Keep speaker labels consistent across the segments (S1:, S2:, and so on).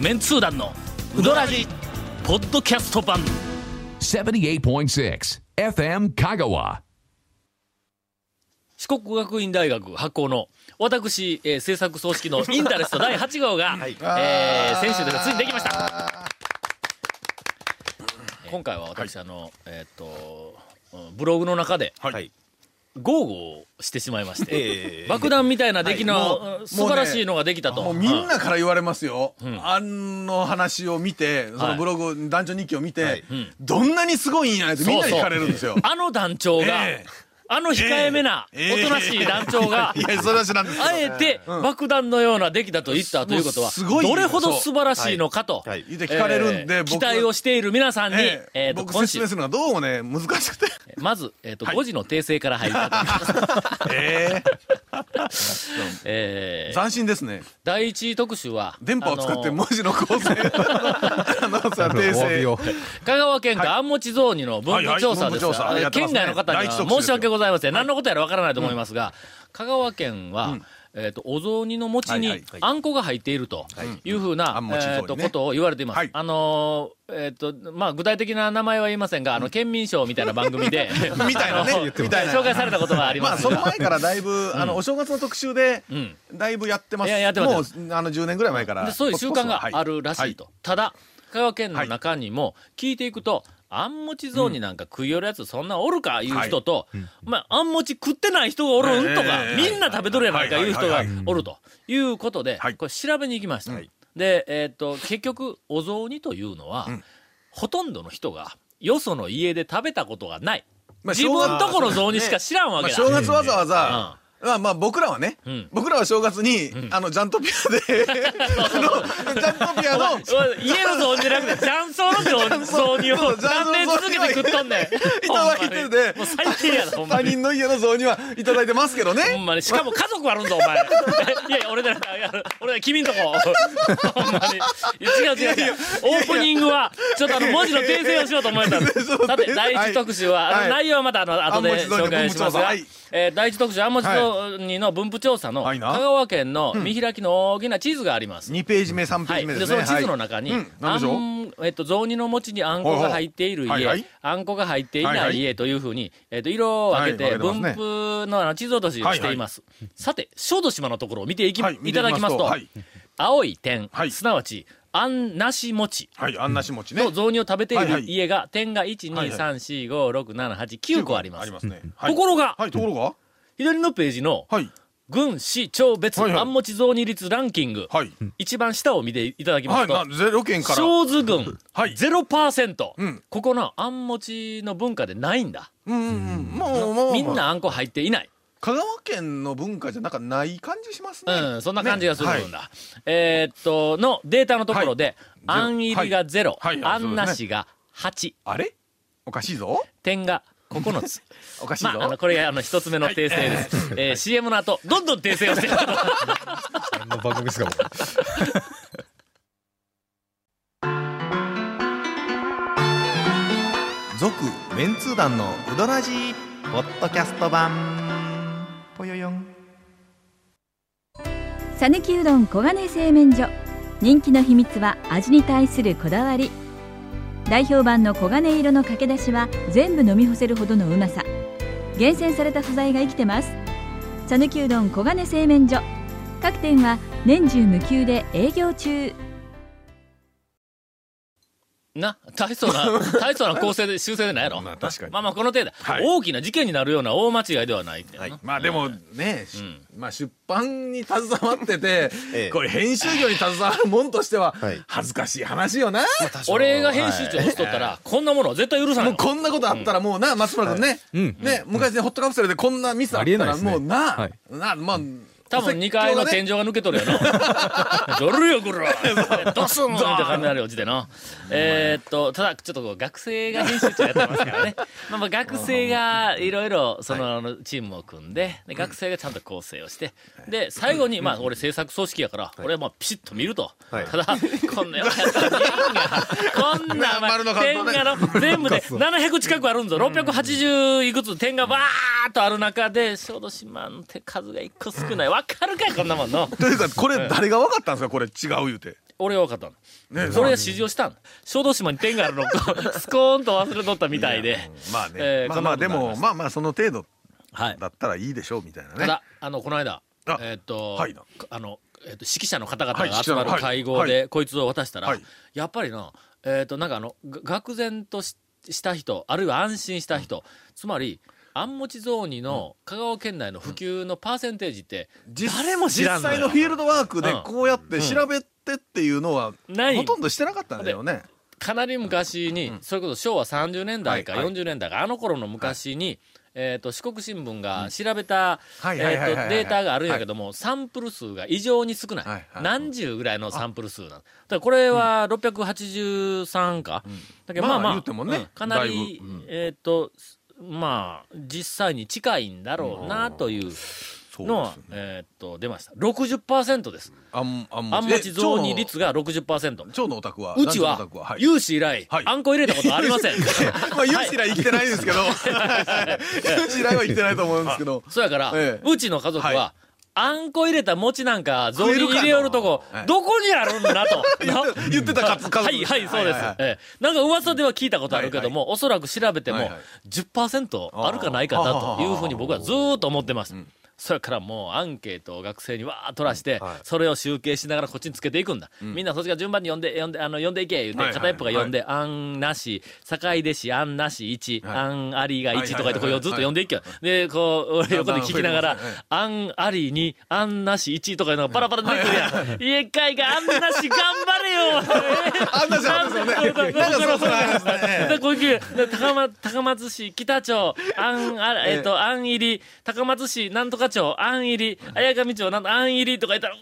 S1: メンツー団のウドラジポッドキャスト版
S2: 78.6 FM Kagawa.
S1: 四国学院大学発行の私、えー制作総指揮のインタレスト第8号が、えー先週ですついにできました今回は私、あのえーっとうんブログの中で
S3: はい。
S1: 豪語をしてしまいまして、
S3: ええ
S1: 爆弾みたいな出来の、
S4: はいもう
S1: うん素晴らしいのができたと
S4: もうみんなから言われますよ、あの話を見てそのブログ、男女日記を見て、
S1: ん
S4: どんなにすごいんやないってみんなに聞かれるんですよ
S1: そうそうあの団長が、
S4: ええ
S1: あの控えめな、
S4: ええええ
S1: おとなし い団長が、
S4: いやそれは知らんです
S1: あえて爆弾のような出来だと言ったということは、
S4: もうすごい
S1: どれほど素晴らしいのかと、
S3: はい
S4: 言って聞かれるんで、
S1: えー期
S4: 僕
S1: 待をしている皆さんに、
S4: ええ
S1: えーと
S4: 僕
S1: 今
S4: 説
S1: 週
S4: 明するのがどうもね難しく て
S1: まず、えーと5時の訂正から入りたいと思い ますえ
S4: ええ
S1: ー
S4: 斬新ですね
S1: 第一特集は
S4: 電波を使って
S1: あの
S4: 文字の 構成アナウンサー訂正
S1: 香川県下安持雑煮の分布調査ですが、
S4: はいはい分布調査やって
S1: 県
S4: ます
S1: 外
S4: ね
S1: の方には
S4: 第一特集ですよ
S1: 申し訳ございません、何のことやらわからないと思いますが、香川県は、えー、とお雑煮の餅
S4: はい
S1: に
S4: はい
S1: あんこが入っているというふうな、
S4: あん餅雑
S1: え
S4: 煮ね
S1: ーとことを言われています。
S4: はい
S1: あのーえっ、と、まあ、具体的な名前は言いませんが、あの、県民賞みたいな番組で、
S4: みたいなね
S1: あの
S4: 言ってました
S1: 紹介されたことがあり
S4: ま
S1: ま
S4: あ
S1: すが
S4: そ、の前からだいぶ、あのお正月の特集で、
S1: ん
S4: だいぶやってます
S1: いややってます
S4: もうあの10年ぐらい前から
S1: でそういう習慣があるらしいと、、ただ香川県の中にも聞いていくと、あんもち雑煮なんか食いよるやつそんなおるかいう人と、まあ、あんもち食ってない人がおるんとか、
S4: ええ
S1: みんな食べとるやないかいう人がおるということで、
S4: はい
S1: これ調べに行きました、
S4: はい
S1: で、えーっと結局お雑煮というのは、ほとんどの人がよその家で食べたことがない、
S4: まあ
S1: 自分とこの雑煮しか知らんわ
S4: まあ、
S1: けだ、
S4: 正月わざわざ、まあまあ僕らはね、
S1: ん
S4: 僕らは正月に、あのジャントピアであのジャントピアの
S1: 家の雑煮じゃなくて、雀荘の 雑煮を何年続けて食っとんねん。
S4: いただいてるで
S1: ほんまにもう最低やな、ほんま
S4: 他
S1: に。
S4: 人の家の像にはいただいてますけどね
S1: ほんまに。しかも家族あるんぞ、お 前。いやいや、俺だ、俺だ、君んとこ。ほんまに。違う違う違う。オープニングは、ちょっとあの、文字の訂正をしようと思えたん です。さて、第一特集は、あ
S4: は
S1: の
S4: い
S1: 内容はまたあの、後で紹介しますが
S4: あんもち雑煮の分布調査はい、
S1: えー第一特集、あんもち雑煮の分布調査の、
S4: は
S1: 香
S4: いな
S1: 川県の見開きの大きな地図があります。
S4: 2ページ目3ペー
S1: は
S4: ジ
S1: い、
S4: 目
S1: で
S4: です
S1: そ
S4: ね、
S1: の地図の中に、
S4: はいうん何でしょう
S1: あんえっと雑煮の餅にあんこが入っている家、
S4: はいはい
S1: あんこが入っていない家というふうに、えっと色を分けて、
S4: はい分けてます
S1: 分布
S4: ね
S1: のあの地図落としをしています、さて小豆島のところを見ていき、
S4: はいい、見て
S1: ただきますと、
S4: はい、
S1: 青い点、
S4: はい
S1: すなわちあんなし餅
S4: はい、あんなし餅ね
S1: と雑煮を食べてい
S4: はいは
S1: る
S4: い
S1: 家が、点が1 2 3 4 5 6 7 8 9個あります
S4: ね、はい、
S1: ところが、
S4: はいところが
S1: 左のページの
S4: はい
S1: 軍市町別、
S4: はいはい
S1: あんもち雑煮率ランキング、
S4: はい
S1: 一番下を見ていただきま
S4: は
S1: す
S4: い
S1: と、
S4: なゼロ件から
S1: 小豆軍、
S4: はい
S1: ゼロパーセント
S4: うん。
S1: ここのあん餅の文化でないんだ。
S4: うんうんうんもうもう
S1: みんなあんこ入っていない。
S4: 香川県の文化じゃなんかない感じしますね、
S1: うん、そんな感じがするん
S4: ね
S1: だ。えーっと、のデータのところで、
S4: はいゼロ
S1: あん入りがゼロ、
S4: はいはい
S1: あんなしが8、
S4: はいあれおかしいぞ
S1: 点が9つ。
S4: おかしい
S1: ま
S4: ぞ、
S1: あ、あの、これがあの、一つ目の訂正です。えー CM の後、どんどん訂正をしていく
S3: 続メンツー団のウドラジーポッドキャスト版ぽよよん。
S5: さぬきうどん黄金製麺所人気の秘密は味に対するこだわり代表版の黄金色のかけだしは全部飲み干せるほどのうまさ厳選された素材が生きてます「さぬきうどん黄金製麺所」各店は年中無休で営業中
S1: な、大層 な、大層な構成で、修正でないやろ。
S4: まあ確かに
S1: まあまあ、この程度、
S4: はい
S1: 大きな事件になるような大間違いではないけどな
S3: はい
S4: まあでもね、し
S1: ん
S4: まあ出版に携わってて、
S3: ええ
S4: これ編集業に携わるもんとしては
S3: はい、
S4: 恥ずかしい話よな。
S1: 俺が編集長をしとったら、こんなものは絶対許さな
S4: も。
S1: いう
S4: こんなことあったらもうな、松村君ね、ね、昔ね、ホットカプセルでこんなミスあったらもう
S6: あ
S4: な
S6: り、
S4: な、まあ、
S1: 多分2階の天井が抜けとるよな。 ドルよ、こら。ドスンみたいな雷落ちてな。えーっと、ただ、ちょっとこう学生が編集長やってますからね。まあまあ、学生がいろいろ、その、あのチームを組んでで、学生がちゃんと構成をして、で、最後に、まあ、俺制作組織やから、俺はまあ、ピシッと見ると。
S3: はい
S1: ただ、こんなよかったらいいんやこんな、まあ
S4: 丸の
S1: 点
S4: 看板ね
S1: がの全部で700近くあるんぞ680いくつ点がバーっとある中で小豆島の手数が1個少ないわかるかいこんなもんの
S4: というか、これ誰が分かったんですかこれ違う言うて。
S1: 俺は分かったの
S4: ね
S1: それが指示をしたの小豆島に点があるのを スコーンと忘れとったみたいで
S4: まあね、
S1: えー
S4: まあま
S1: こ
S4: あ
S1: んな
S4: で
S1: ことになりま
S4: も
S1: す
S4: まあまあその程度
S1: はい
S4: だったらいいでしょうみたいな
S1: た
S4: ね
S1: だあのこの間
S4: あ
S1: えっと
S4: はいな
S1: あのえっと指揮者の方々
S4: はい
S1: が集まる
S4: 指揮者の
S1: 会
S4: は
S1: 合
S4: いは
S1: でこいつを渡したら
S4: はい
S1: やっぱりなえっとなんかあのが愕然としした人あるいは安心した人つまりあんもち雑煮の香川県内の普及のパーセンテージって
S4: 実
S1: 誰も知らんの
S4: 実
S1: よ
S4: 際のフィールドワークで
S1: うん
S4: こうやって調べてっていうのは、
S1: ない
S4: ほとんどしてなかったんだよね
S1: かなり昔に、それこそ昭和30年代か
S4: はいはい
S1: 40年代か、あの頃の昔に、えー、と四国新聞が調べた、
S4: はい
S1: え
S4: はいはいはい
S1: ーとデータがあるんやけども、サンプル数が異常に少ない,、
S4: はいはい
S1: 何十ぐらいのサンプル数なのだからこれは683か、だけどま
S4: ま
S1: あ
S4: あ
S1: まあ
S4: 言うてもね
S1: うんかな
S4: だ
S1: り
S4: いぶうん
S1: えっ、とまあ実際に近いんだろうなというのは、
S4: そうですね
S1: えっ、と出ました60%です、
S4: あんあん
S1: あんまち雑煮
S4: え
S1: 率が60%
S4: 蝶の蝶のお宅は
S1: うち
S4: 男女の
S1: は
S4: お宅は、はい
S1: 有志以来、
S4: はい
S1: あんこ入れたことありません。
S4: まあ、ユシラ生きてないですけど、 ユシラは生きてないと思うんですけ ど、
S1: そうやから、
S4: ええ
S1: うちの家族は、
S4: は
S1: あんこ入れた餅なんか、雑煮に
S4: 食えるかと
S1: 入れよるとこ、
S4: はい
S1: どこにあるんだと。な
S4: 言ってたかつ家族
S1: はいはい、そうです。
S4: はい
S1: ええなんか噂では聞いたことあるけども、おそらく調べても、
S4: はいはい
S1: 10%あるかないかだというふうに僕はずーっと思ってます。それからもうアンケートを学生にわーっとらして、
S4: はい
S1: それを集計しながらこっちにつけていくんだ。みんなそっちが順番に呼んで、呼んで、あの、呼んでいけ、言うて、
S4: はいはい
S1: 片一方が呼んで、あんなし、堺でし、あんなし1、
S4: はい
S1: あんありが1とか言って、こ
S4: はいはいはいは
S1: れ
S4: い
S1: をずっと呼んでいくよ。で、こう、俺横で聞きながら
S4: だんだん増えてますね、
S1: あんありに、あんなし1とかいうのがパラパラ出てくるやん。家会があんなし頑張れよ
S4: あんなじゃんですよね。なんかそうそうなんですね。
S1: でこういう高松高松市北町あんあえっ、とあん入り高松市なんとか町あん入り綾上町なんとあん入りとか言ったらう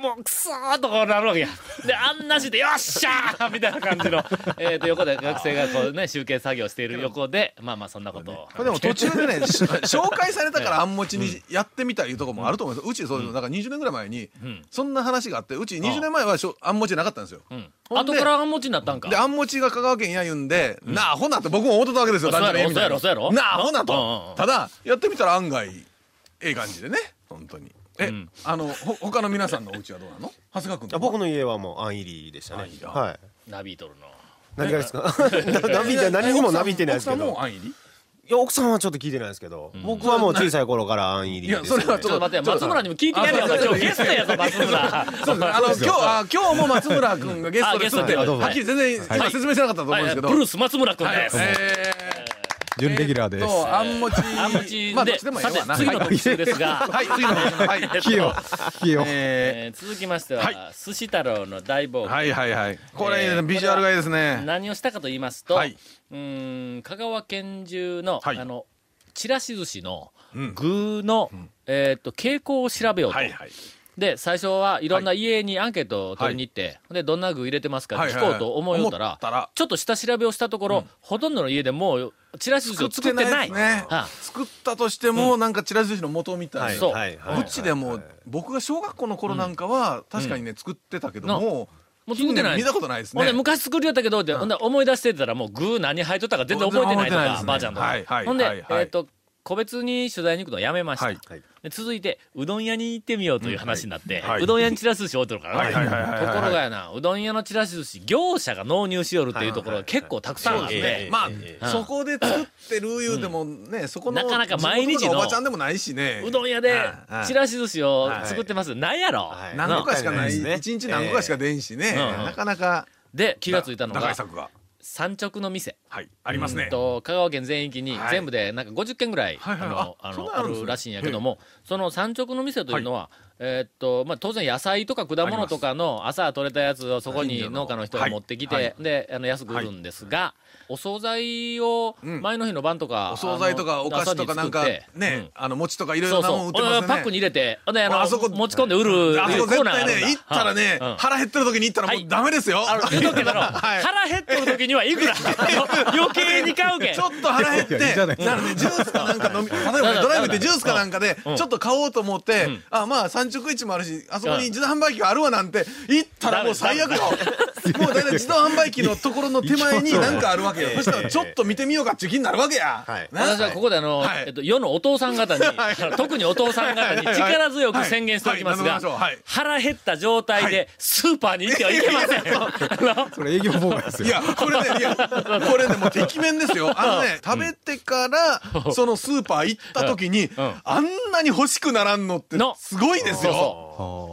S1: わーもうくそーとこうなるわけやであんなしでよっしゃーみたいな感じ のえっと横で学生がこうね集計作業している横でまあまあそんなことを
S4: これでも途中で ね、し紹介されたからあんもちにやってみたいうとこもあると思います。うちそういうの、なんか20年ぐらい前に、そんな話があって、うち20年前はしょあんもちなかったんですよ。ほんで
S1: 後からあん持ちになったんか
S4: で、あんもちが香川県や言うんで、なあ、ほなって僕も思っとったわけですよ、
S1: そうやろ
S4: 団長に
S1: そうやろそうやろ
S4: なあ、ほな
S1: うんうんう
S4: と
S1: ん。
S4: ただ、やってみたら案外、ええ感じでね、本当に。え、
S1: ん
S4: あの、ほ、他の皆さんのお家はどうなの長谷川君。
S6: あ僕の家はもうアン入りでしたね
S4: 安入りだ
S6: はい
S1: ナビートルの
S6: 何がですかななびいて何にもなびいてないですけ
S4: 奥さんも
S6: ど
S4: 安入り
S6: いや奥さんはちょっと聞いてないですけど、僕はもう小さい頃からアン入りです、ね、
S4: いやそれは
S1: ちょっと待って
S4: ちょっ
S1: 松
S4: と
S1: 村にも聞いてやれよ
S4: あそうそう
S1: 今日ゲストやぞ松村
S4: そうですね。あの、今日、あ今日も松村君がゲストです
S1: あ
S4: っ
S1: ゲ
S4: て、
S1: ストで
S4: はっきり全然、今説明してなかったと思うんですけど。
S1: はいブルース松村君
S4: はい
S1: です、
S4: え
S7: 準レギュラー
S4: ー
S7: です。
S4: と、あんもち。
S1: あんもち
S4: まあ、どっ
S1: で、
S4: ちでもえ
S1: さ
S4: え
S1: て
S4: わな。
S1: 次の
S4: はい
S1: 特集ですが、
S4: はい、次の話はい。
S1: えっと
S7: きよ、きよ。
S4: え
S1: えー続きましては、
S4: はい
S1: 寿司太郎の大冒
S4: ー
S1: 険、
S4: はいはいはい。こ
S1: え
S4: れ、
S1: ー
S4: ビジュアルがいいですね。
S1: 何をしたかと言いますと、
S4: はいう
S1: ーん香川県中の,、
S4: はい
S1: あのちらし寿司の
S4: うん
S1: 具の、えーっと傾向を調べようと、
S4: はいはい。
S1: で最初はいろんな家にアンケートを取りに行って、でどんな具入れてますかって聞こうと思いよったら,、
S4: はいはいはい思ったら
S1: ちょっと下調べをしたところ、ほとんどの家でもうちらし寿司を作ってない。
S4: ですね
S1: はあ。
S4: 作ったとしても、なんかチラシ寿司の元みたいな。
S1: そう
S4: うちでも、僕が小学校の頃なんかは、確かにね、作ってたけども、
S1: もう作ってない
S4: 近年見たことないです
S1: ほんで
S4: ね。
S1: 昔作りよったけどって、ほんで思い出してたらもう具何入っとったか全然覚えてないと
S4: 覚えてないで
S1: か、
S4: すね
S1: ばあちゃんとか、
S4: はいはい
S1: ほんで、
S4: はいはい
S1: えっ、と個別に取材に行くのをやめました、
S4: はい
S1: で続いてうどん屋に行ってみようという話になって、う
S4: はいう
S1: どん屋にちらし寿司置いてるからな、
S4: はいはいはいはいはい
S1: ところがやなうどん屋のちらし寿司業者が納入しよるっていうところが結構たくさんあって、
S6: ええ
S4: まあ、
S1: うん
S4: そこで作ってるいうでもね、そこの
S1: なかなか毎日の
S4: 地元おばちゃんでもないしね
S1: うどん屋で
S4: うんうん
S1: ちらし寿司を作ってます、なんやろ、
S6: はい
S4: 何個かしかない一、
S6: な
S4: 日何個かしか出んしね、
S1: うんうん
S4: なかなか
S1: で気がついたの
S4: 打
S1: が
S4: 開策が
S1: 産直の店
S4: はいありますね、
S1: うんと香川県全域に
S4: はい
S1: 全部でなんか50軒ぐらい、
S4: はいはい
S1: あの
S4: あ
S1: あ
S4: そん
S1: の
S4: な
S1: あ
S4: あるんですね
S1: るらしいんやけども、その産直の店というのは、えーっとまあ、当然野菜とか果物とかの朝取れたやつをそこ
S4: 近
S1: に
S4: 所の
S1: 農家の人が持ってきて、
S4: はい
S1: であの安く売るんですが、お惣菜を
S4: うん
S1: 前の日の晩とか、
S4: お惣菜と
S1: あ
S4: か
S1: の
S4: お菓子とかなんか
S1: 朝に作って
S4: ね、
S1: うん
S4: あの餅とかいろい
S1: そ
S4: ろ
S1: う
S4: なもん
S1: そう
S4: 売ってますよね
S1: パックに入れてほんであの
S4: あそこ
S1: 持ち込んで売る
S4: あそこ
S1: コー
S4: 絶
S1: ナーあ
S4: 対
S1: るんだ
S4: ね行ったらね、
S1: うん
S4: 腹減ってる時に行ったらも
S1: はいう
S4: ダメですよ、
S1: あの言うとくけど
S4: はい
S1: 腹減ってる時にはいく らあの余計に買うけん
S4: ちょっと腹減って、
S7: いやいいじゃない
S4: なのでジュースかなんか飲み、例えば
S1: だから
S4: ねドライブでジュースかなんかで、ちょっと買おうと思って、あ、まあ30産直市もあるしあそこに自動販売機があるわなんて行ったらもう最悪よもうだいたい自動販売機のところの手前に何かあるわけよそしたらちょっと見てみようかっていう気になるわけや、
S6: はい
S4: な
S1: 私はここであの、
S4: はい
S1: えっと、世のお父さん方に、特にお父さん方に力強く宣言しておきますが
S4: はいはいはいはいはい、
S1: 腹減った状態でスーパーに行ってはいけません。あ
S7: それ営業妨害です
S4: い
S7: よ。
S4: やこれねいやこれねもうてきめんですよあのね食べてからそのスーパー行った時に
S1: うん
S4: あんなに欲しくならんのって
S1: の
S4: すごいです
S1: そう
S4: よ
S1: そう。
S7: はあ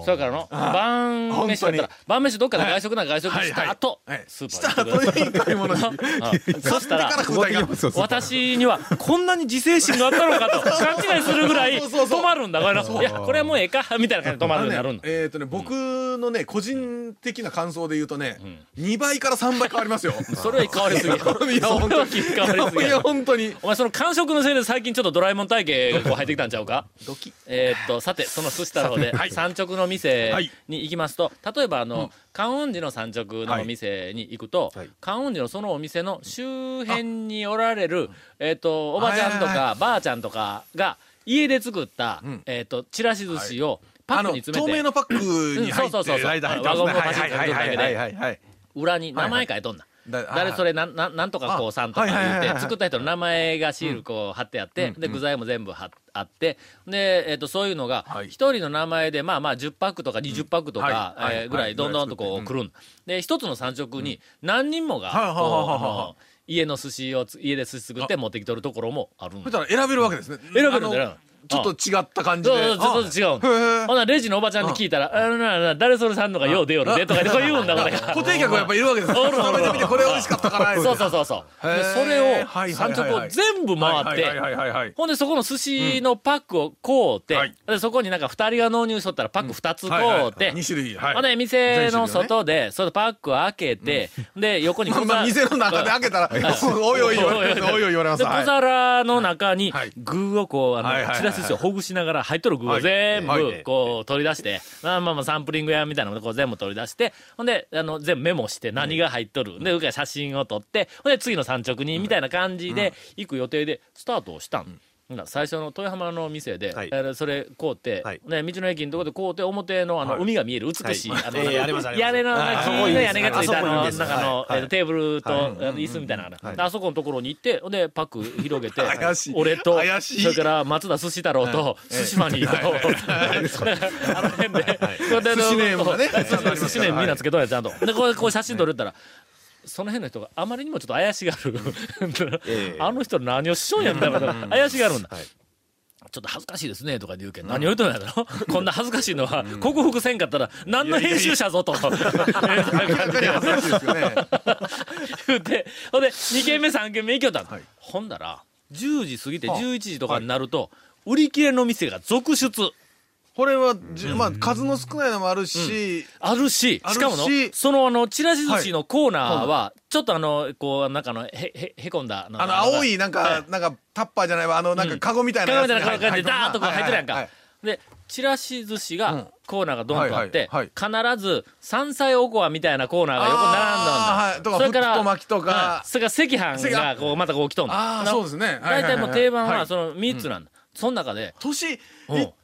S1: それからの、晩飯だったら
S4: 本当に、
S1: 晩飯どっかで外食なら外食した後
S4: はいはい、
S1: スー
S4: した
S1: パ
S4: ら
S1: ーに行って
S4: とにかくもの
S1: く
S4: に
S1: ださい。 うんそしたら、
S4: 食うたいが
S7: そうそう
S1: 私にはこんなに自制心があったのかと勘違いするぐらい
S4: そうそうそう
S1: 止まるんだからいやこれはもうええかみたいな感じで止ま
S4: あ
S1: るように
S4: のね
S1: なるんだ
S4: えっ、とね、僕のね、個人的な感想で言うとね、2倍から3倍変わりますよ。
S1: そ れは変わりすぎやそ
S4: いや本
S1: れ
S4: 当
S1: は
S4: に
S1: 変わりすぎ
S4: い
S1: や
S4: や、本当に。
S1: お前その感触のせいで最近ちょっとドラえもん体型がこう入ってきたんちゃうか
S4: ドキ
S1: えーっとさてその寿司太郎で産直の店に行きますと例えばあの観音寺の産直のお店に行くと
S6: はい
S1: 観音寺のそのお店の周辺におられるえーっとおばちゃんと
S4: はいはい
S1: かばあちゃんとかが家で作った
S4: ん
S1: えーっとちらし寿司をパ
S4: あ
S1: ック
S4: の、
S1: に詰め
S4: 透
S1: て
S4: 明のパックに入って、
S1: うんそうそうそうそう
S4: ライダー入ってま
S1: 輪ゴ
S4: すね。
S1: ムをパチッとかけるだけで
S4: はいはいはいはいはい
S1: 裏に名前書いとんな。
S4: だはい
S1: 誰それなんなんなんとかこうさんとか
S4: はいはいはい
S1: 言っ
S4: は
S1: て
S4: い
S1: 作った人の名前がシールこう貼ってあってで具材も全部貼っあってでえっとそういうのが
S4: はい
S1: 一人の名前でまあまあ10パックとか20パックとか
S4: うんはい
S1: え
S4: は
S1: ー
S4: い
S1: ぐらいどんどんとこ
S4: は
S1: う
S4: い
S1: 来るんで一つの産直に何人もがこう
S4: はいはいはいはいはい
S1: あの家の寿司をつ家で寿司作って持ってきとるところもあるん
S4: そしたら選べるわけですね。
S1: べるんだよ
S4: あのちょっと違った感じ
S1: そう
S4: で。
S1: そうそうちょっと違う
S4: へ
S1: の
S4: え
S1: ほなレジのおばちゃんに聞いたら「あのなな誰それさんのがよう出よるで」とかでこう言うんだから
S4: 固定客がやっぱいるわけですね。
S1: おるおるおる
S4: 食べてみて、これ美味しかったから。
S1: そうそうそうそう。
S4: へ
S1: で
S4: ー
S1: それを、
S4: はいはいはいはい
S1: 産直を全部回っ
S4: はいはいはいはいはいは
S1: て
S4: い、
S1: ほんでそこの寿司のパックを買うて、
S4: はい
S1: でそこになんか二人が納入しとったらパック二つ買うて、
S4: 2種類。は
S1: ほんで店の外で、そのパックを開けて、で横に
S4: まあまあ、店の中で開けたら、おいおい言われます。おいおい言われます。
S1: で
S4: は
S1: 小
S4: い
S1: 皿の中に
S4: はい
S1: 具をこうあ
S4: はいは
S1: の
S4: いはい
S1: ちらし寿司をほぐしながら入っとる具を全
S4: はい
S6: は
S1: 部
S6: い
S1: こう取り出してまあまあまあサンプリング屋みたいなのこう全部取り出してほんであの全部メモして何が入っとるで僕が写真を撮ってほんで次の産直にみたいな感じで行く予定でスタートをしたん。ほんなら最初の豊浜の店で、
S6: はい
S1: あのそれ買うて、
S6: はい
S1: ね道の駅のとこで買うて表のあの、海が見える美しい、
S6: はい
S1: あ
S6: ええありますあります
S1: 屋根の
S6: はい
S1: 金の屋根がついたあの
S6: あそこにいいんです
S1: 中の、
S6: はい
S1: えーテーブルと、あの椅子みたいなのがある、あそこのところに行って、で、パック広げて
S4: 怪しい、
S1: 俺と、
S4: 怪しい
S1: それから松田寿司太郎と、寿司マニーと、 あの辺で、こうであの
S4: 寿司ネームがね
S1: そうそう
S4: ちゃんとあり
S1: 寿
S4: ます
S1: 司
S4: から
S1: ネームみんなつけとんや、ちゃんと。で、こうこう写真撮るったら、その辺の人があまりにもちょっと怪しがる。
S6: ええ
S1: あの人何をしようんやみたいな怪しがるんだ。ちょっと恥ずかしいですねとか言うけど、何を言うとんやろこんな恥ずかしいのは、克服せんかったら、何の編集者ぞと。
S4: 明らかに恥ずかしいですよね。
S1: 言うて、ほんで、2軒目、3軒目行きよったの
S4: はい
S1: ほんだら、10時過ぎて11時とかになると、売り切れの店が続出。
S4: これはじゅ、まあ、数の少ないのもあるし、
S1: あるし、
S4: ある
S1: し
S4: し
S1: かもの、そのあの、チラシ寿司のコーナーは、ちょっとあの、こう、なんかあの、へ、へ、へこんだ。
S4: あの、青い、なん
S1: は
S4: か、なんか、タッパーじゃないわ、あの、なん
S1: う
S4: か、
S1: ん
S4: カゴみたいな
S1: 鏡
S4: や
S1: み
S4: つ
S1: た
S4: に
S1: いな顔が入っ
S4: 入ってる。
S1: て、ダーッとこう入ってるやん
S4: は
S1: か
S4: い。。
S1: で、チラシ寿司
S4: う
S1: が
S4: ん、
S1: コーナーがドンとあって
S4: はいはい、
S1: 必ず、山菜おこわみたいなコーナーが横に
S4: あー
S1: 並
S4: は
S1: んだ
S4: い
S1: ん
S4: とか
S1: だ。それから、
S4: ふっと巻きとか
S1: うんそれから赤飯が、
S4: 赤
S1: こう、またこう来とんの
S4: ああ、そうですね。
S1: 大体もう定番は
S4: の、
S1: その3つなんだ。その中で、
S4: 年いっ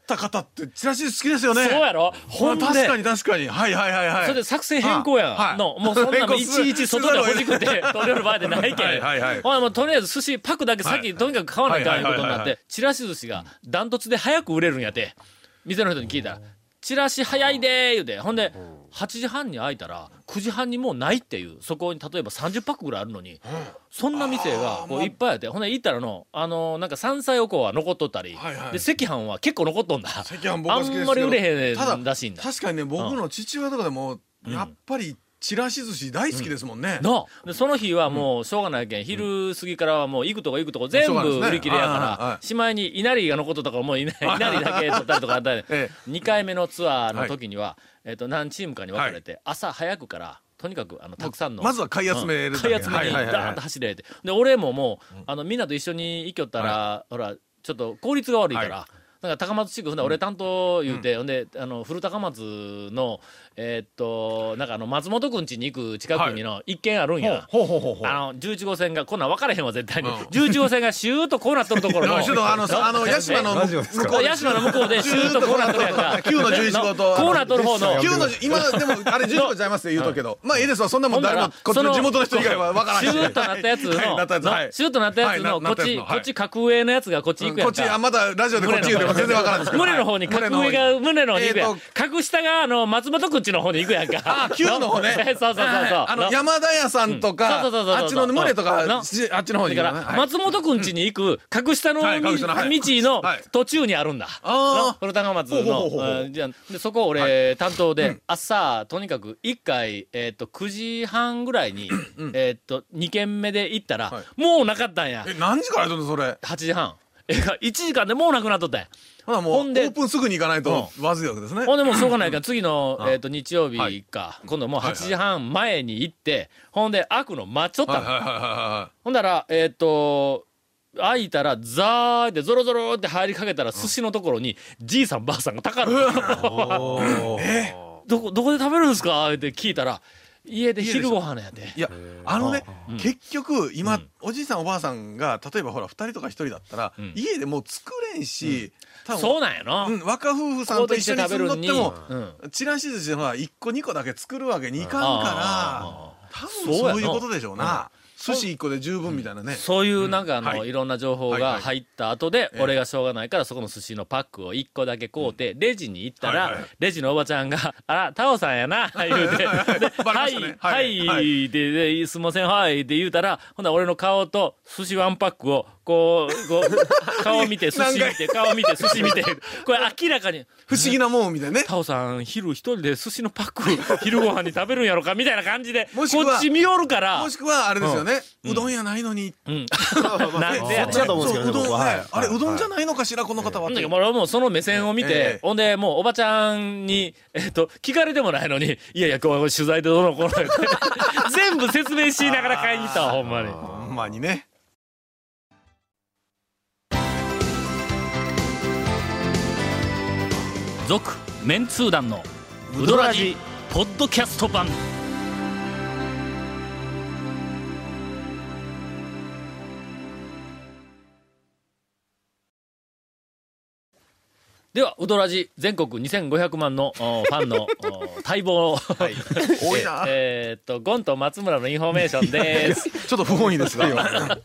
S4: た方って、チラシ好きですよね。
S1: そうやろほん
S4: ほん
S1: で、
S4: 確かに確かに。はいはいはいはい。
S1: それで作戦変更やん、
S4: はい
S1: のもうそんなのいちいち外でほじくって
S4: 変更する
S1: 取れる場合でないけん、
S4: はいはいはい
S1: ほなもうとりあえず寿司パックだけ先にとにかく買わないかんいうことに
S4: はい
S1: なっ
S4: はいはいはい
S1: てちらし寿司がダントツで早く売れるんやって店の人に聞いたら「チラシ早いで」言うてほんで8時半に開いたら9時半にもうないっていうそこに例えば30パックぐらいあるのにそんな店がこういっぱいあってほんで行ったらのあのなんか山菜おこわ残っとったり、
S4: はいはい
S1: で赤飯は結構残っとんだ
S4: 赤飯僕は
S1: あ
S4: 好きですけど
S1: んまり売れへ
S4: た
S1: んらしいんだ
S4: 確かにね、僕の父親とかでも、やっぱり、チラシ寿司大好きですもんね。
S1: のでその日はもうしょうがないけん、昼過ぎからはもう行くとこ行くとこ全
S4: しょ
S1: 部
S4: うがないですね
S1: 売り切れや
S4: はいはい
S1: か
S4: は
S1: らしまいに稲荷が残っとったからもう稲荷稲荷だけ取ったりとかあったり
S4: え
S1: 2回目のツアーの時には、えっと何チームかに分かれて、朝早くからとにかくあのたくさんの
S4: まずは買い集めるだけ
S1: 買い集めに
S4: はいはいはいはい
S1: ダーッと走れてで俺ももう、あのみんなと一緒に行きよったら、ほらちょっと効率が悪いから。なんか高松地区、ほんで俺担当言うて、ほんで、あの、古高松の、えーっとなんかあの松本くん家に行く近くにの一軒あるんやな、
S4: ほうほうほうほう
S1: あの11号線がこんなん分からへんわ絶対に、
S4: うん
S1: 11号線がシューッとこうなっとるところ
S4: だか
S1: の
S4: らちょっ とあ のさあの屋島の
S7: ラジオですか
S4: 向こう
S1: ヤシのの向こうでシューッとこうなっとるやんか
S4: 9の11号 と
S1: こうなっとる方の
S4: 9の今でもあれ11号ちゃいますって言うとくけどまあいいですわそんなも
S1: ほん
S4: ん
S1: な
S4: 誰
S1: ら
S4: もこっち
S1: そ
S4: の地元の人以外は分からない
S1: シューッとなったやつの、
S4: はいなったやつ
S1: の
S4: はい
S1: シューッとなったやつの、
S4: はいな
S1: こっち、
S4: なったやつの
S1: こ
S4: はい
S1: っち格上のやつがこっち行くや
S4: こ
S1: ん
S4: っちあ
S1: か。
S4: まだラジオでこっち言うても全然分からんですけど
S1: 胸の方に格上が胸の方に行くや
S4: え
S1: ん
S4: ーと
S1: 格下があの松本くんちの方に行くやんか
S4: あー9の方 ね
S1: そうそうそうそう
S4: あの山田屋さんとか、
S1: うんそうそうそうそう
S4: あっちの胸とか、
S1: な
S4: しあっちの方に
S1: だ
S4: 行
S1: から、
S4: くのねはい
S1: 松本くん家に行く格下の,、
S4: はい格下のはい
S1: 道の
S4: はい
S1: 途中にあるんだ。
S4: あー
S1: の古田松
S4: ほうほうほうほう
S1: のうんじゃあでそこ俺、
S4: は
S1: 担当で、朝とにかく1回、えー、と9時半ぐらいに、えー、と2軒目で行ったら、
S4: は
S1: もうなかったんや
S4: え何時からやるのそれ
S1: 8時半。え1時間でもうなくなっとったんや
S4: ほなもう
S1: ほ
S4: オ
S1: んで
S4: ープンすぐに行かないとまずいわけですね
S1: ほんでもうしょうがないから次の、
S4: うん
S1: えー、と日曜日か、今度もう
S4: はいはい
S1: 8時半前に行って、ほんで開くの待っちょった
S4: は
S1: の
S4: いはいはいは
S1: ほんだら、えーっ、と、開いたら、ザーってゾロゾロって入りかけたら、寿司のところに、じいさんばあさんがたかる。 どこ、どこで食べるんですかって聞いたら、家で昼ご飯やって。
S4: いいやあのね
S1: うん
S4: 結局今、
S1: うん
S4: おじいさんおばあさんが例えばほら2人とか1人だったら、
S1: うん
S4: 家でもう作れんし、多分
S1: そうなんやな。
S4: うん、若夫婦さんと一緒に住んど
S1: ここ
S4: っても
S1: で一緒に食べるのに
S4: ちらし寿司のほら1個2個だけ作るわけにいかん
S1: あ
S4: から多分
S1: そうやな
S4: そういうことでしょうな寿司1個で十分みたいなね、
S1: そういうなんかあの、、
S4: はい
S1: ろんな情報
S4: はいは
S1: が
S4: い
S1: 入った後で、
S4: ええ
S1: 俺がしょうがないからそこの寿司のパックを1個だけ買うて、レジに行ったら、
S4: はいはい
S1: レジのおばちゃんが「あらタオさんや な」言うて「で
S4: バレま
S1: は
S4: し
S1: い
S4: たね
S1: は
S4: はい
S1: い」で
S4: は
S1: で「すんませんはい」って言うたらほんなら俺の顔と寿司ワンパックをこうこ う顔見て寿司見て顔見て寿司見てこれ明らかに
S4: 不思議なもんみたいな
S1: 「
S4: ね
S1: タオさん昼一人で寿司のパック昼ご飯に食べるんやろか」みたいな感じでこ
S4: もしくは
S1: っち見よるから
S4: も。しくはあれですよね、うどんやないのに
S1: うん
S6: まあ
S1: なんで
S6: そっちだと思うんですけどね
S4: そううど
S6: 僕
S4: ん
S6: は
S4: ね
S6: はい
S4: あれうどんじゃないのかしらこの方
S1: な
S4: は
S1: んだけど、
S4: も
S1: 俺はもうその目線を見て、
S4: ええ
S1: ほんで、もうおばちゃんに、えっ、と、聞かれてもないのに、いやいや、今日は取材でどうのこうの言うて 全部説明しながら買いに行ったわ、ほんまに。
S4: ほんまにね
S1: 続、メンツー団の、ウドラジ、ポッドキャスト版。では、ウドラジ全国2500万のおファンのお待望を、
S4: 多いな、
S1: えーっと、ゴンと松村のインフォメーション です。
S4: ちょっと不本意です が、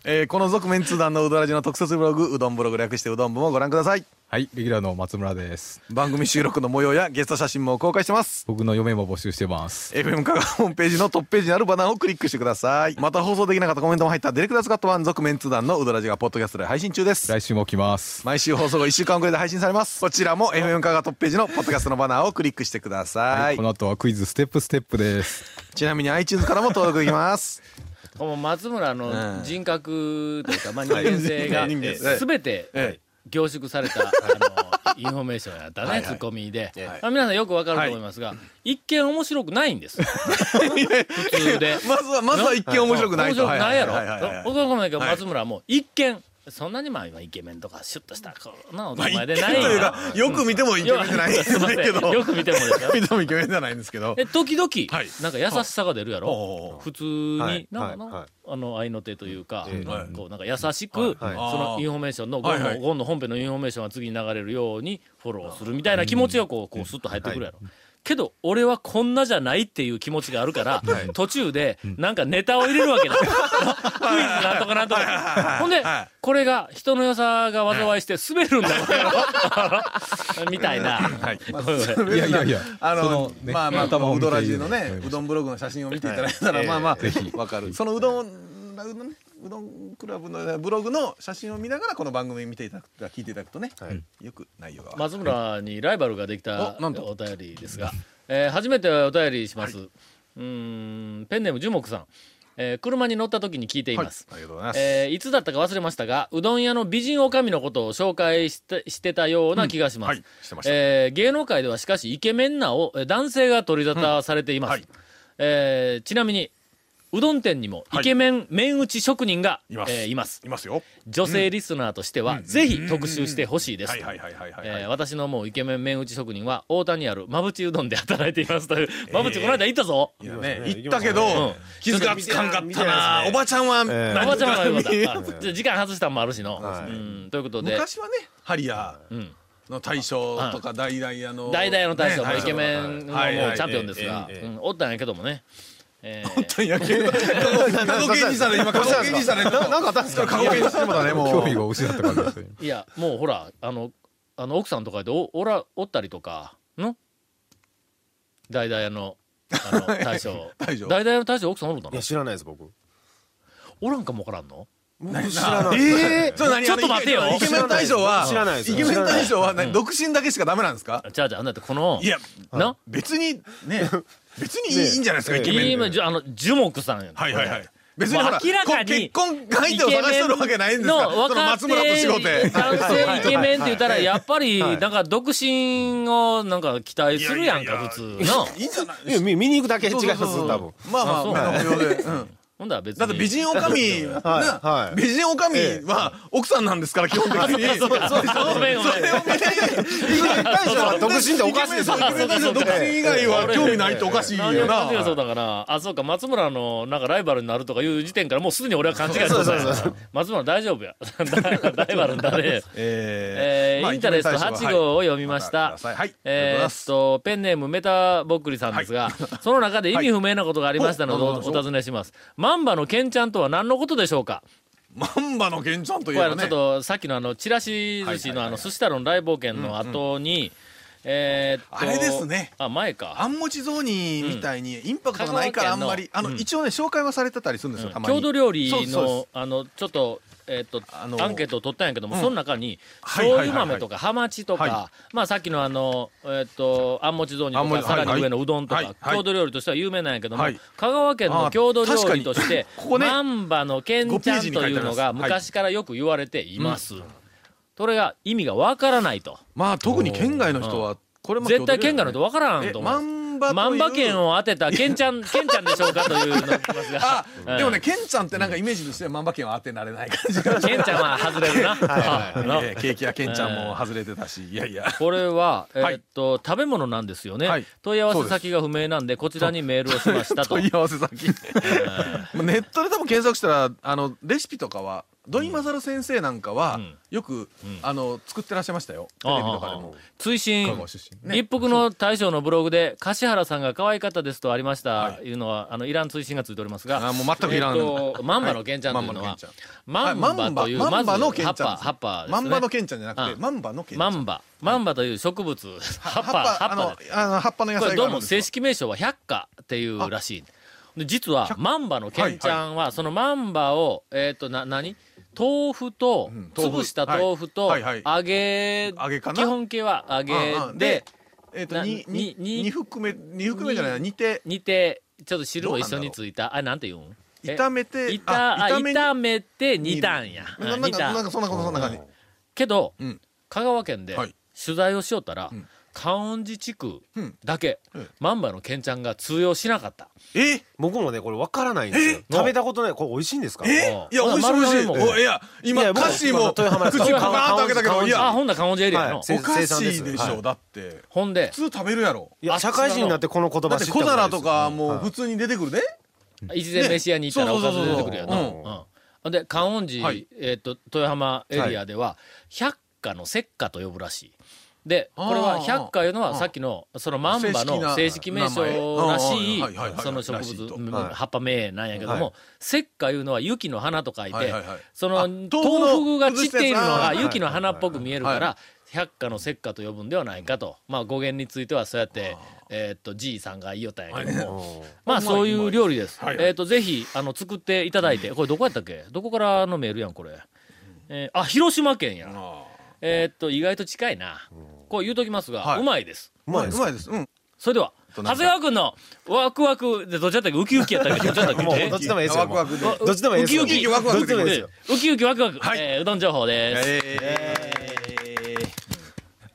S4: えーこの続面通談のうどらじの特設ブログうどんブログ略してうどん部もご覧ください
S7: はい、レギュラーの松村です。
S4: 番組収録の模様やゲスト写真も公開してます
S7: 僕の嫁も募集してます。
S4: FM 香川ホームページのトップページにあるバナーをクリックしてくださいまた放送できなかったコメントも入ったディレクターズカット版続面通談のうどらじがポッドキャストで配信中です
S7: 来週も来ます。
S4: 毎週放送後1週間くらいで配信されますこちらも FM 香川トップページのポッドキャストのバナーをクリックしてください
S7: この後はクイズステップステップです。
S4: ちなみに iTunes からも登録できます。
S1: もう松村
S4: う
S1: の
S4: ん
S1: 人格というか、まあ、 人間性が、
S4: はい人間性
S1: すべて、
S4: え
S1: 凝縮された、あの、インフォメーションやったね、ツッコミで。まあ、皆さんよくわかると思いますが、一見面白くないんです。 普通で。
S4: まずは、まずは一見面白くない
S1: 面
S4: と。
S1: 白くないやろ
S4: はははいはい。
S1: 僕はごめんけど、
S4: はい
S1: 松村はもう一見、そんなにまあ今イケメンとかシュッとした、こんなお
S4: まあ、一
S1: 前で
S4: 見と
S1: ない
S4: いう
S1: よ
S4: か、よく見てもイケメンじゃないです
S1: すいません
S4: けど。
S1: よく見てもですよ
S4: よく見てもイケメンじゃないんですけど。
S1: え時々、
S4: はい
S1: なんか優しさが出るやろ
S4: は、い
S1: 普通に、
S6: はい
S1: なんかな、
S6: はいはい
S1: あの愛の手というか、
S6: ええ
S4: はい
S1: こうなんか優しく、
S6: はい
S1: そのインフォメーションのゴンの,、
S4: はいはい
S1: ゴンの本編のインフォメーションが次に流れるようにフォローするみたいな気持ちがこうこうスッと入ってくるやろ。けど俺はこんなじゃないっていう気持ちがある から、途中でなんかネタを入れるわけだクイズなんとかなんとかほんで
S4: はい
S1: これが人の良さが災いして滑るんだよ みたいな、ごめんごめん
S7: いやいやいや、
S4: あ
S7: そ
S4: の
S7: の、ね
S4: まあまあ、
S7: 頭を
S4: う
S7: 見て
S4: どらじの
S7: いい
S4: ね、
S7: ね
S4: うどんブログの写真を見ていただいたら、まあま
S7: ぜひ
S4: あ、わかる。そのうどん、うどんねうどんクラブのブログの写真を見ながら、この番組見ていただく、聞いていただくとね、よく内容がわかる。
S1: 松村にライバルができた
S4: おなんと
S1: お便りですが、えー初めてお便りします、うーんペンネーム樹木さん、えー車に乗った時に聞いてい
S4: はい
S1: ます、
S4: ありがとうございます。
S1: えーいつだったか忘れましたがうどん屋の美人女将のことを紹介してしてたような気がします、
S4: はい、してました。
S1: えー芸能界ではしかしイケメンなをえー男性が取り沙汰されています、えーちなみにうどん店にもイケメン麺打ち職人が、いますえーいます
S4: いますよ。
S1: 女性リスナーとしては、ぜひ特集してほしいです、
S4: はいはいはいはいはいはい。
S1: えー私のもうイケメン麺打ち職人は大田にあるまぶちうどんで働いていますという、まぶちこの間行ったぞ、
S4: いや
S6: 行き
S4: ね
S6: ますね
S4: 行ったけど、
S1: うん
S4: 傷がつかんかっ
S6: 見
S4: た
S6: て
S4: な、
S6: ないですね
S4: おばちゃんは、
S6: え
S1: お
S6: ー
S4: 何
S1: ばちゃんはよかっ
S4: 見え
S1: たうん時間外したんもあるしの、
S6: はい
S1: うんということで、
S4: 昔はねハリア
S1: うん、
S4: の大将とか大々屋の
S1: 代々の大将、
S4: ね
S1: もイケメンのもうチ
S4: はいはい
S1: ャンピオンですが、
S6: ええええ
S1: うんおったんやけどもね、えー
S4: いやけど過去形にされ今過去形にされななんかあったんですか過去形にされまだねも
S7: 興
S4: う
S7: 味を失った感じです ね。
S1: いやもうほらあのあの奥さんとかでおおらおったりとかの代々屋のあの大将
S4: 大将
S1: 代々屋の大将奥さんおるの
S6: いや知らないです僕
S1: おらんかもわからんの
S6: 僕知らない
S4: ええちょ
S1: ちょっと待てよ
S4: イケメン大将は
S6: 知らないです
S4: イケメン大将は何独身だけしかダメなんですか
S1: じゃあじゃあだってこの
S4: いや
S1: な
S4: 別にね別にいいんじゃないですか
S6: ね
S4: イケメン
S1: 今じゃあの樹木さんやん
S4: はいはいはい別にほ
S1: も
S4: ら
S1: う明らかに
S4: こ結婚相手を探しとるわけないんですからその松村敏子って
S1: 男性イケメンって言ったらやっぱりなんか独身をなんか期待するやん
S4: いやい
S1: か
S4: やいや
S1: 普通の
S4: いいんじゃない
S6: いや見見に行くだけ違います
S4: そうそうそう
S6: 多分
S4: まあま
S1: あ
S4: あ
S1: そう
S4: 目の保養でうん
S1: ほんだら別に
S4: だって美人おかみ、な
S6: はい
S4: 美人おかみ
S6: ええ
S4: は奥さんなんです から、基本的に。
S1: そうそうそうごめんごめん
S4: それを見ない。大将
S6: は独身っておかしいですよ
S4: 独身以外は興味ないっておかしいよ
S1: 何を
S4: な
S1: 勘。違いそうだから、あ、そうか、松村の、なんかライバルになるとかいう時点から、もうすでに俺は勘違いしてたん
S6: そうそう
S1: や
S6: そう
S1: 松村大丈夫や。 ライバルになれ。えー
S4: えーまあ
S1: インタレスト
S4: 一面大
S1: 8
S4: 賞は
S1: 号を読みました。
S4: はいはいはい
S1: えーっと、ペンネームメタボックリさんですが、その中で意味不明なことがありましたので、
S4: はい
S1: おお尋ねします。マンバのケンちゃんとは何のことでしょうか
S4: マンバのケンちゃんとい
S1: こ
S4: え
S1: れあ
S4: ば
S1: のちょっ
S4: ね。
S1: とさっきのあのチラシ寿司のあの寿司太郎の大冒険の後に、えーっと
S4: あれですね
S1: あ前か
S4: あんもち雑煮みたいにインパクトがないからあんまり、
S1: 香川
S4: あ
S1: 県の
S4: の、一応ね、紹介はされてたりするんですよ、たまに。
S1: 郷土料理
S4: そうですそう
S1: の
S4: で
S1: あのちょっと,、えっと
S4: あの
S1: アンケートを取ったんやけども、その中に
S4: はいは
S1: 醤
S4: いはいはい
S1: 油豆とかハマチとか、
S4: は
S1: まあさっきのあのえっとあんもち雑煮
S4: あ
S1: と
S4: んも
S1: か
S4: ち
S1: さら
S4: は
S1: に
S4: いは
S1: 上
S4: い
S1: のうどんとか、
S4: はいはい
S1: 郷土料理としては有名なんやけども、
S4: はい
S1: 香川県の郷土料理として
S4: あー確かにここね
S1: マンバのケンちゃんというのが
S4: 5ページに書いてあります
S1: 昔からよく言われています。それが意味がわからないと。
S4: まあ、特に県外の人は、これも
S1: 絶対県外の人わからん
S4: え
S1: と思う。
S4: マンバという
S1: 万馬券を当てたケンちゃん、ケンちゃんでしょうかというのが来 ますが。
S4: あ、でもね、ケンちゃんってなんかイメージとしては万馬券は当てられない感じが。
S1: ケンちゃんは外れるな。な
S4: えーケーキ屋ケンちゃんも外れてたし、いやいや。
S1: これは、え
S4: はい
S1: ーっと、食べ物なんですよね、
S4: はい
S1: 問い合わせ先が不明なんで、こちらにメールをしましたと。
S4: 問い合わせ先。まあネットで多分検索したら、あの、レシピとかは、土井勝先生なんかは、
S1: うん
S4: よく、あの、作ってらっしゃいましたよ。テ
S1: ああ
S4: レビとかでも。
S1: 追伸
S4: 香川出身ね
S1: 一服の大将のブログで、樫原さんが可愛かったですとありました、、
S4: はい
S1: うのは、あの、いらん追伸がついておりますが、
S4: あもう全くいらん
S1: えーっと、マンバのケンちゃんというのは、
S4: はい
S1: マン
S4: は
S1: バ
S4: いマ
S1: という、ま
S4: マン
S1: ず、
S4: バのケ
S1: 葉
S4: ン
S1: っ
S4: ちゃん
S1: ぱ、
S4: です
S1: 葉っぱですね。
S4: マンバのケンちゃんじゃなく
S1: う
S4: て、
S1: ん
S4: マンバのケンちゃ
S1: マ
S4: ん。
S1: ンバ。マンバという植物、葉っぱ、葉
S4: 葉
S1: っ
S4: っ
S1: ぱ
S4: ぱ、
S1: です。
S4: あの、あの葉っぱの野
S1: これ
S4: 菜
S1: ど
S4: が
S1: う
S4: ある
S1: も
S4: んで
S1: 正
S4: すよ。
S1: 式名称は百花っていうらしい。で実は、マンバのケンちゃんは、そのマンバを、えっ、と、な、何豆腐と、
S4: ん豆腐
S1: 潰した豆腐と、
S4: はいはい
S1: 揚げ、
S4: 揚げかな
S1: 基本形は揚
S4: ああ
S1: げで
S4: で、えっと、
S1: な
S4: に、に、
S1: に
S4: に含め、に含めじゃない、煮て、
S1: 煮て、ちょっと汁も一緒についた、あ、なんて言うんえ
S4: 炒めて、
S1: いたあ
S4: あ
S1: 炒め
S4: めに
S1: て煮たんや。
S4: な
S1: うん
S4: なん
S1: 煮
S4: か、なん
S1: た。
S4: かそんなこと、そんな感じ。
S1: けど、
S4: うん
S1: 香川県で
S4: はい
S1: 取材をしよったら、観音寺地区だけ、
S4: うん
S1: マンバのケンちゃんが通用しなかった。
S4: え
S6: 僕もねこれわからないんですよ
S1: え
S6: 食べたことないこれ美味しいんですか
S4: え
S1: あ
S4: いや、美味しい美味しい。
S1: まあ
S4: おいや、今、
S6: いや僕
S4: 歌詞も、
S6: 僕
S4: 口
S6: は
S4: パ
S6: 豊浜で
S4: カ
S6: す
S4: ーンと開けたけ
S6: 豊
S4: ど、
S6: 浜
S4: い
S1: あ、
S4: や、
S1: ほんだら観音寺エリアの。
S6: はい
S4: おか
S6: 生産
S4: し
S6: で
S4: い
S6: す
S4: でし
S6: は
S4: ょ、
S6: い
S4: だって。
S1: ほんで、
S4: 普通食べるやろ。
S6: いや社会人になってこの言
S4: だ
S6: 葉
S4: っ
S6: 知ってた
S4: 小
S6: ことない
S4: 皿
S6: です
S4: とかもう普通に出てくるね。
S1: 一膳飯屋に行ったらお
S4: ね
S1: かず出てくるやな。
S4: そううそうそ
S1: ん
S4: う
S1: ほんで、観音寺、
S4: はい
S1: えっ、と、豊浜エリアでは、百花の石花と呼ぶらしい。で、これは
S4: あー
S1: 百花いうのは
S4: うん
S1: さっきの、そのマンバ
S4: 正式
S1: の
S4: な
S1: 正式名称らしい
S4: 名前うんはいはいは、い
S1: その植
S4: らしいと
S1: 物、
S6: はい
S1: 葉っぱ名なんやけど
S6: は
S1: も、石花いうのは雪の花と書い
S4: はい
S1: て
S4: はいはい、
S1: その
S4: あ
S1: 豆
S4: 豆腐の
S1: 腐が散っているのが
S4: 崩したやつ
S1: 雪の花っぽく見えるか
S4: はいは
S1: ら、百花の石花と呼ぶんではないかと。まあ語源についてはそうやって、えっ、と、じいさんが言いよったんやけども、まあそういう料理です。
S4: はいはい
S1: えっ、と、ぜひ、あの、作っていただいて、これどこやったっけどこからのメールやん、これ。えーあ、広島県や。えっと、意外と近いな。こう言うときますが、
S4: はいう
S1: まいです。
S6: う
S4: う
S6: ま
S4: ま
S6: い
S4: い
S6: で
S4: ですす。うまいです。うん。
S1: それでは、長
S4: と
S1: 谷川君のワクワクで、どっちやったっけウキウキやったっけどっちやったっけ
S6: もうどっちでもいいですよ
S4: ワクワクで
S6: もうどっちでもいいですよ
S4: ウキウキワクワク
S6: どっちでもいいです
S1: で
S6: よ
S1: ウキウキワクワク、
S4: はい
S1: えーうどん情報です。
S4: えー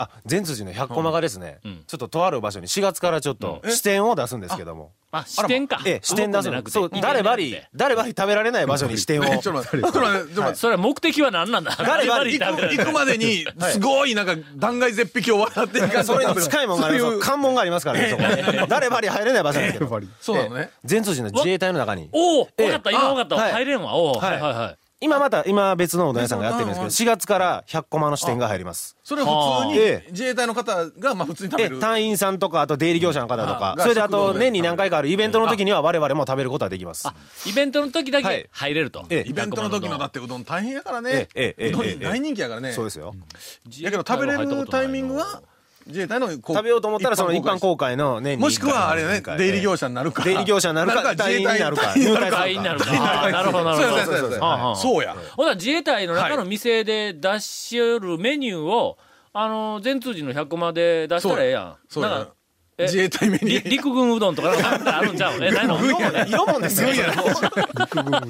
S6: あ善通寺の百駒がですね、
S1: うん
S6: ちょっととある場所に4月からちょっと支店を出すんですけども、
S1: あ、視点か。
S6: ええ、支店出す
S1: 動
S6: ん
S1: くん
S6: です
S1: じゃな
S6: そう
S1: くて
S6: 誰ばり。誰ばり食べられない場所に支店を
S4: え ちょっと待って、ちょっと待って、ちょっと待って。
S1: それは目的は何なんだ
S6: 誰ばり
S1: 誰ばり食べ
S4: 行くまでに、すごいなんか断崖絶壁を笑っていかん
S6: それに近いもんがあります関門がありますからねそ こ誰ばり入れない場所なんですけど
S4: そうなのね。
S6: 善通寺の自衛隊の中に
S1: おお、
S6: ええ
S1: 分かった、今分かった。
S6: はい
S1: 入れんわ。おお、は
S6: はい
S1: いはいはい。
S6: 今また今別のうどん屋さんがやってるんですけど
S4: 別
S6: 4月から100コマの支店が入ります
S4: それは普通
S6: はあ
S4: に、自衛隊の方が、まあ普通に食べ
S6: え
S4: る。
S6: 隊員さんとかあと出入り業者の方とか
S4: あ
S6: それであ
S4: が食
S6: と
S4: 堂で
S6: 年に何回かあるイベントの時には我々も食べることはできます
S1: あ、イベントの時だ
S6: は
S1: け
S6: い
S1: 入れると。
S6: ええ
S4: イベントの時のだってうどん大変やからね。
S6: ええええ
S4: うどん
S6: ええ
S4: 大人気やからね。
S6: そうですよ
S1: 自
S4: や
S1: 衛
S4: け
S1: 隊
S4: ど
S1: は入
S4: 食べ
S1: っ
S4: れ
S1: たことないな、
S4: るタイミングは、自衛隊のこ
S6: 食べようと思ったらその一般公開の年に
S4: もしくはあれね
S6: 一回、
S4: 出入り業者になるか。
S6: 出入り業者になるか
S4: 自衛隊
S6: 隊員になるか
S4: 隊員になる
S1: 会員になるか。あーなるほど、なるほど。
S4: そうやそうやそうや
S1: はあはあ
S4: そうや。
S1: ほな自衛隊の中の店で出しよるメニューを、あの、全通寺の100コマで出したらええやん。
S4: そう
S1: なん
S4: や
S1: か。え
S4: 自衛隊メニ
S1: り
S4: ュー。
S1: 陸軍うどんとかなんかあるんちゃうえ、ないの
S6: 色もね色もんですよ
S7: 陸軍うど
S4: い
S7: ん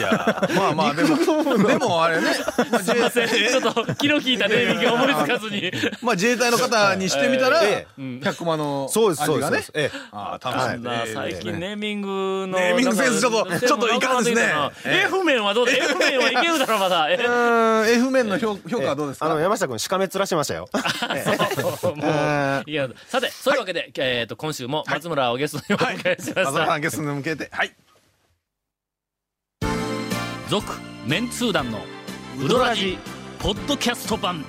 S4: や、まあまあ、でも、でもあれね、まあ
S1: す
S4: 自
S1: いま
S4: 衛
S1: せん。ちょっと、気の利いたネーミングが思いつかずに。
S4: まあ自衛隊の方にしてみたら
S6: ええ、
S4: 100万の
S6: そうですそう
S4: 味
S6: で
S4: が
S6: す
S4: ね。
S6: ええ
S4: ああ、楽しん
S1: な
S4: だ
S1: あ。最近ネーミングの。
S4: ネーミングセンスちょっと
S1: なんか
S4: ちょっといかんですねええ
S1: F 面はどうだ ?F 面はいけるだろ、まだ。え
S4: うーん F 面の評評価はどうです
S6: あの
S4: か
S6: 山下君しかめ面してましたよ
S1: そうもういやさて、そういうわけで、えっと、今週も松村をゲストにお迎えしま
S4: 朝
S1: した。
S4: 原ゲストに向けて。はい。
S1: 続メンツー団のウドラジポッドキャスト版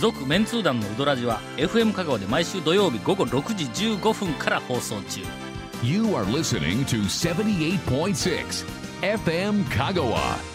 S1: 続メンツー団のウドラジは FM 香川で毎週土曜日午後6時15分から放送中
S2: You are listening to 78.6 FM Kagawa.